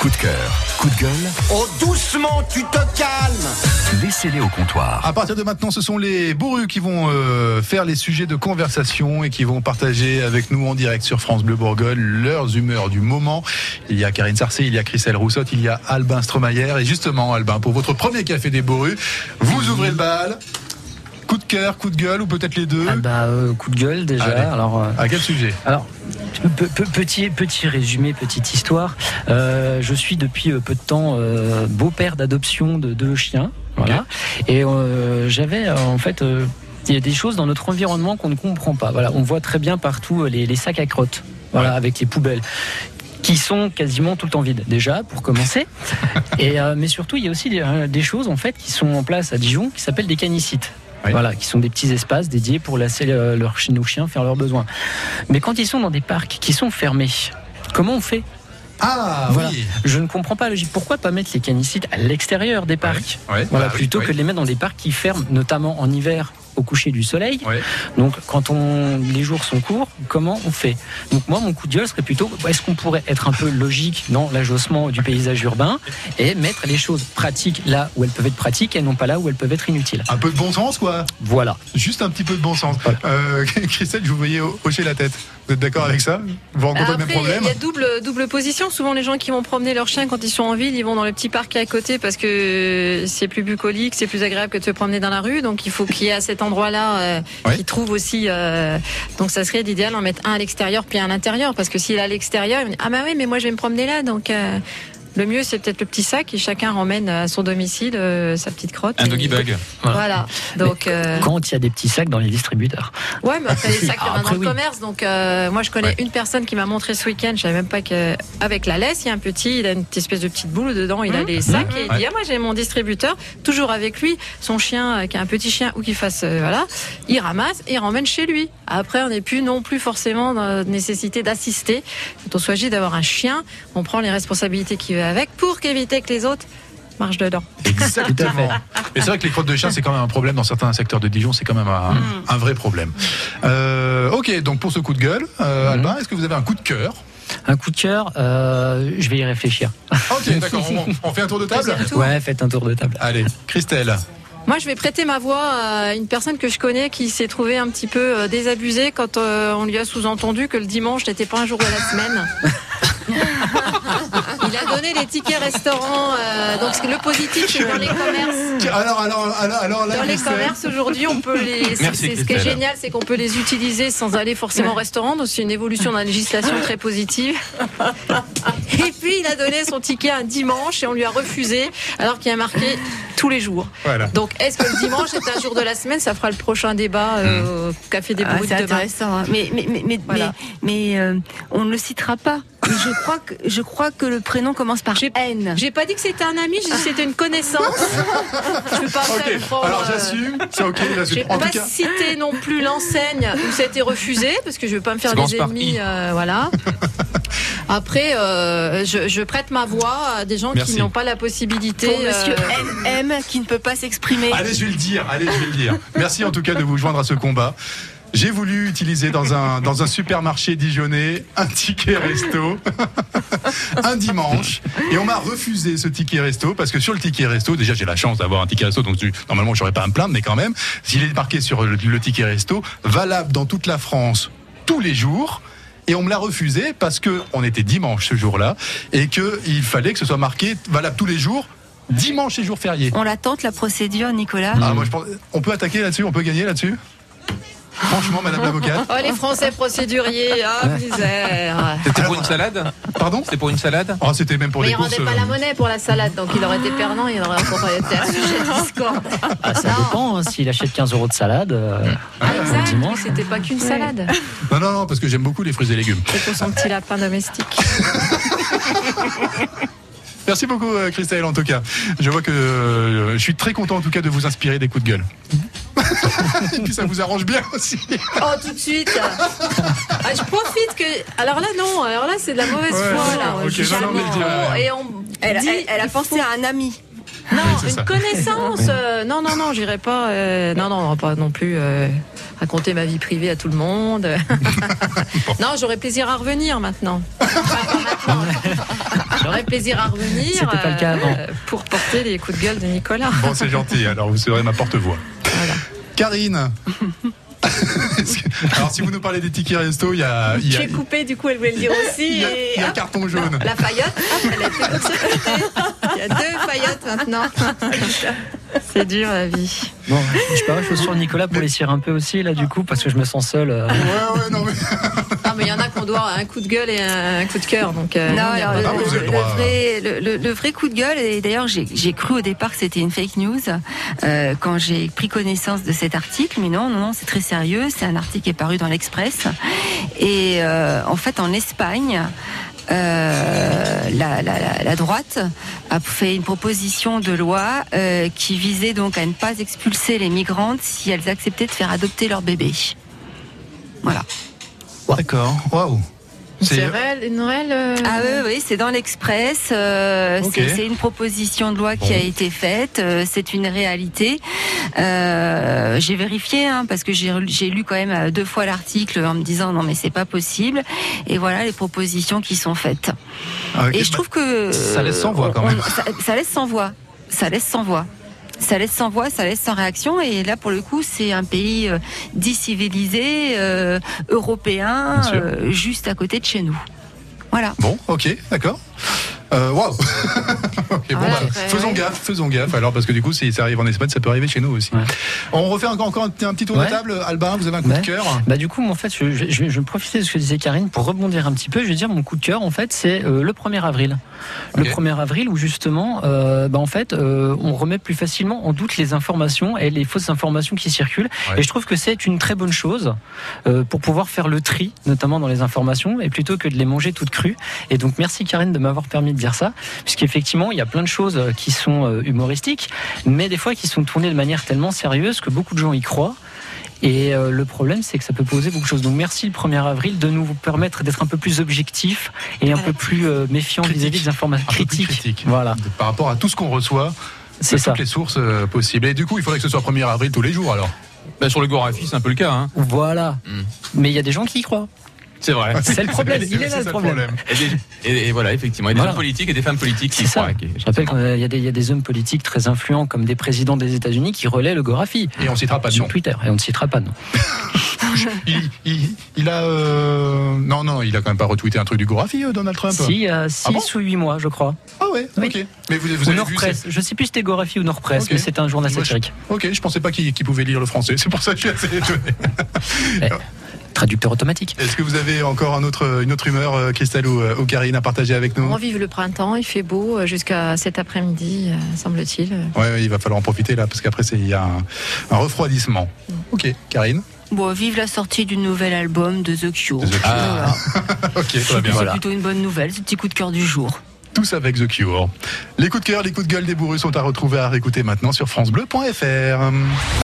Coup de cœur, coup de gueule, Oh doucement, tu te calmes laissez-les au comptoir. À partir de maintenant, ce sont les bourrus qui vont euh, faire les sujets de conversation et qui vont partager avec nous en direct sur France Bleu Bourgogne leurs humeurs du moment. Il y a Karine Sarcé, il y a Christelle Roussotte, il y a Albin Stromayer. Et justement, Albin, pour votre premier café des bourrus, Mmh. vous ouvrez le bal. Coup de cœur, coup de gueule ou peut-être les deux. Ah bah, euh, coup de gueule déjà. Allez. Alors, euh, À quel sujet alors pe- pe- petit, petit résumé, petite histoire. Euh, je suis depuis euh, peu de temps euh, beau-père d'adoption de deux chiens. Voilà. Et euh, j'avais euh, en fait. euh, il y a des choses dans notre environnement qu'on ne comprend pas. Voilà, on voit très bien partout euh, les, les sacs à crottes, voilà, avec les poubelles, qui sont quasiment tout le temps vides. Déjà, pour commencer. Et euh, mais surtout, il y a aussi des, euh, des choses en fait qui sont en place à Dijon qui s'appellent des canicites. Oui. Voilà, qui sont des petits espaces dédiés pour laisser euh, leurs chi- nos chiens faire leurs besoins. Mais quand ils sont dans des parcs qui sont fermés, comment on fait Ah Voilà. oui. Je ne comprends pas la logique. Pourquoi pas mettre les canicides à l'extérieur des parcs Ouais, Voilà, bah oui, plutôt oui. que de les mettre dans des parcs qui ferment, notamment en hiver au coucher du soleil. Ouais. Donc, quand on, les jours sont courts, comment on fait Donc, moi, mon coup de gueule serait plutôt est-ce qu'on pourrait être un peu logique dans l'ajossement du paysage urbain et mettre les choses pratiques là où elles peuvent être pratiques et non pas là où elles peuvent être inutiles Un peu de bon sens, quoi. Voilà. Juste un petit peu de bon sens. Euh, Christelle, je vous voyez ho- hocher la tête. Vous êtes d'accord avec ça Vous rencontrez le Après, même il y a- problème il y a double, double position. Souvent, les gens qui vont promener leurs chiens quand ils sont en ville, ils vont dans le petit parc à côté parce que c'est plus bucolique, c'est plus agréable que de se promener dans la rue. Donc, il faut qu'il y ait à cet endroit-là euh, Ouais. qu'ils trouvent aussi. euh, donc, ça serait l'idéal d'en mettre un à l'extérieur puis un à l'intérieur parce que s'il est à l'extérieur, il me dit, ah bah oui, mais moi je vais me promener là. Donc, euh, le mieux, c'est peut-être le petit sac et chacun ramène à son domicile euh, sa petite crotte. Un Et- doggy bag. Voilà. Donc, euh, Quand il y a des petits sacs dans les distributeurs. Ouais, mais après, les sacs, il y en a Ah, Après, dans oui. le commerce. Donc, euh, moi, je connais une personne qui m'a montré ce week-end, je savais même pas que. Avec la laisse, il y a un petit, il a une petite espèce de petite boule dedans, Mmh. il a les sacs et il dit Ah, moi, j'ai mon distributeur, toujours avec lui, son chien, euh, qui a un petit chien ou qui fasse. euh, voilà, il ramasse et il ramène chez lui. Après, on n'est plus non plus forcément dans la nécessité d'assister. Quand on s'agit d'avoir un chien, on prend les responsabilités qui va avec pour qu'éviter que les autres marchent dedans. Exactement. Mais c'est vrai que les crottes de chien, c'est quand même un problème dans certains secteurs de Dijon, c'est quand même un, un vrai problème. Euh, ok, donc pour ce coup de gueule, euh, Albin, est-ce que vous avez un coup de cœur Un coup de cœur, euh, je vais y réfléchir. Ok, d'accord, on, on fait un tour de table Deuxième tour. Ouais, faites un tour de table. Allez, Christelle. Moi, je vais prêter ma voix à une personne que je connais qui s'est trouvée un petit peu euh, désabusée quand euh, on lui a sous-entendu que le dimanche n'était pas un jour de la semaine. Il a donné les tickets restaurants. euh, donc c'est le positif, c'est dans les commerces. Alors, alors, alors, alors là, Dans les Christelle. commerces aujourd'hui, on peut les. c'est- Merci, c'est- Ce qui est Christelle. génial, c'est qu'on peut les utiliser sans aller forcément au restaurant. Donc c'est une évolution de la législation très positive. Et puis il a donné son ticket un dimanche et on lui a refusé alors qu'il y a marqué tous les jours. Voilà. Donc, est-ce que le dimanche est un jour de la semaine Ça fera le prochain débat Hmm. euh, au Café des Ah, Bruits c'est de demain. intéressant. hein. Mais, mais, mais, mais, Voilà. mais, mais, euh, on ne le citera pas. Mais je crois que je crois que le prénom commence par J'ai- N. J'ai pas dit que c'était un ami, j'ai dit que c'était une connaissance. Je peux pas Ok, faire prendre, alors euh, j'assume, c'est ok, J'ai j'assume. En pas tout cas, cité non plus l'enseigne où ça a été refusé parce que je veux pas me faire Ça des commence par ennemis, I. euh, voilà. Après, euh, je, je prête ma voix à des gens Merci. qui n'ont pas la possibilité. Pour Monsieur euh, Ah. NM qui ne peut pas s'exprimer. Allez, je vais le dire, allez, je vais le dire. Merci en tout cas de vous joindre à ce combat. J'ai voulu utiliser dans un, dans un supermarché dijonnais un ticket resto un dimanche et on m'a refusé ce ticket resto parce que sur le ticket resto, déjà j'ai la chance d'avoir un ticket resto donc tu- normalement j'aurais pas à me plaindre mais quand même, s'il est marqué sur le, le ticket resto, valable dans toute la France tous les jours et on me l'a refusé parce que on était dimanche ce jour-là et que il fallait que ce soit marqué valable tous les jours dimanche et jour férié. On la tente la procédure, Nicolas. Ah, moi, je pense- On peut attaquer là-dessus, on peut gagner là-dessus Franchement, madame l'avocate. Oh, les Français procéduriers, ah, misère. C'était pour une salade Pardon C'était pour une salade Ah, C'était même pour Mais les il courses. rendait pas la euh, monnaie pour la salade, donc il aurait été perdant, il aurait encore été un sujet de discorde. Ah, ça dépend, hein, s'il achète 15 euros de salade, euh, Mm. Ah, exact, dimanche. oui, c'était pas qu'une salade. euh. Non, non, non, parce que j'aime beaucoup les fruits et légumes. C'est pour son petit lapin domestique. Merci beaucoup, euh, Christelle, en tout cas. Je vois que euh, je suis très content, en tout cas, de vous inspirer des coups de gueule. et puis ça vous arrange bien aussi. Oh, tout de suite Ah, Je profite que. Alors là, non, alors là, c'est de la mauvaise Ouais, foi, là. ok, Je non, non, mais je dirais- Oh, Et on. Elle, dit- elle- elle a pensé à un ami. Non, c'est une ça. connaissance. euh, non, non, non, j'irai pas. euh, non, non, on va pas non plus. euh, raconter ma vie privée à tout le monde. non, j'aurais plaisir à revenir maintenant. Maintenant. J'aurais plaisir à revenir euh, C'était pas le cas avant. pour porter les coups de gueule de Nicolas. Bon, c'est gentil, alors vous serez ma porte-voix. Voilà. Karine Est-ce que- Alors, si vous nous parlez des tickets resto, il y a, il y a, J'ai coupé, du coup, elle voulait le dire il aussi. y a- et il y a hop, carton jaune. la faillotte, hop, elle a été de l'autre côté. Il y a deux faillottes maintenant. C'est dur la vie. Bon, je parle chose sur Nicolas pour les cirer un peu aussi, là, du coup, parce que je me sens seul. euh. Ah, Ouais, ouais, non, mais. Non, Ah, mais il y en a qu'on doit un coup de gueule et un coup de cœur. Donc, euh, Non, on y a alors, pas le, Ah, vous avez le- le le droit. hein. vrai, le- le- le vrai coup de gueule, et d'ailleurs j'ai j'ai cru au départ que c'était une fake news euh, quand j'ai pris connaissance de cet article, mais non, non, non, c'est très sérieux, c'est un article qui est paru dans l'Express, et euh, en fait en Espagne, euh, la, la- la- la droite a fait une proposition de loi euh, qui visait donc à ne pas expulser les migrantes si elles acceptaient de faire adopter leur bébé. Voilà. D'accord, waouh. C'est C'est réel, une réelle. euh, Ah oui, oui, c'est dans l'Express. euh, Ok. c'est- C'est une proposition de loi qui a été faite. euh, c'est une réalité. Euh, j'ai vérifié hein, parce que j'ai relu- j'ai lu quand même euh, deux fois l'article en me disant non mais c'est pas possible. Et voilà les propositions qui sont faites. Ah, ok. Et je trouve que Ça laisse sans voix, quand on- même. ça, ça laisse sans voix. Ça laisse sans voix. Ça laisse sans voix, ça laisse sans réaction. Et là, pour le coup, c'est un pays euh, dit civilisé, euh, européen, Bien sûr. euh, juste à côté de chez nous. Voilà. Bah, Bon, ok, d'accord. Euh, Waouh! Ah Ok, bon, Voilà, bah, après, faisons ouais. gaffe, faisons gaffe. Alors, parce que du coup, si ça arrive en Espagne, ça peut arriver chez nous aussi. Ouais. On refait encore, encore un, un petit tour Ouais. de table. Albin, vous avez un coup Ouais. de cœur? Bah du coup, moi, en fait, je, je, je vais profiter de ce que disait Karine pour rebondir un petit peu. Je vais dire mon coup de cœur, en fait, c'est euh, le 1er avril. Le Ok. 1er avril où justement, euh, bah, en fait, euh, on remet plus facilement en doute les informations et les fausses informations qui circulent. Ouais. Et je trouve que c'est une très bonne chose euh, pour pouvoir faire le tri, notamment dans les informations, et plutôt que de les manger toutes crues. Et donc, merci Karine de m'avoir permis de dire ça, puisqu'effectivement, il y a plein de choses euh, qui sont euh, humoristiques, mais des fois qui sont tournées de manière tellement sérieuse que beaucoup de gens y croient. Et euh, le problème, c'est que ça peut poser beaucoup de choses. Donc merci le 1er avril de nous permettre d'être un peu plus objectifs et un peu plus euh, méfiants Critique. vis-à-vis des informations Un peu plus critiques. critique. Voilà, De- Par rapport à tout ce qu'on reçoit, c'est de ça. toutes les sources euh, possibles. Et du coup, il faudrait que ce soit 1er avril tous les jours alors. Bah, sur le Gorafi, c'est un peu le cas. Hein. Voilà. Mais il y a des gens qui y croient. C'est vrai. C'est le problème. C'est- Il est c'est ça là le problème. Et, des- et- et voilà, effectivement. Et des Voilà. hommes politiques et des femmes politiques qui C'est ça. croient. qui- Je rappelle qu'il y, a des- il y a des hommes politiques très influents, comme des présidents des États-Unis, qui relaient le Gorafi Et on citera pas de sur nom. Twitter. Et on ne citera pas, non. Il, il- il a. euh, Non, non, il a quand même pas retweeté un truc du Gorafi, euh, Donald Trump. Si, il y a 6 Ah bon ou 8 mois, je crois. Ah ouais, Oui. ok. Mais vous, vous Ou avez Nord vu. Presse. c'est- Je ne sais plus si c'était Gorafi ou Nord Presse, Ok. mais c'était un journal Moi, je- satirique. Ok, je pensais pas qu'il qu'il pouvait lire le français, c'est pour ça que je suis assez étonné. Traducteur automatique. Est-ce que vous avez encore un autre, une autre humeur, euh, Christelle ou, euh, ou Karine, à partager avec nous On vive le printemps, il fait beau euh, jusqu'à cet après-midi, euh, semble-t-il. Ouais, ouais, il va falloir en profiter là, parce qu'après, c'est- il y a un, un refroidissement. Ok, Karine Bon, vive la sortie du nouvel album de The Cure. The Cure. Ah. Voilà. Ok, Je très trouve que bien. c'est plutôt une bonne nouvelle, ce petit coup de cœur du jour. Tous avec The Cure. Les coups de cœur, les coups de gueule des bourrus sont à retrouver, à réécouter maintenant sur FranceBleu.fr.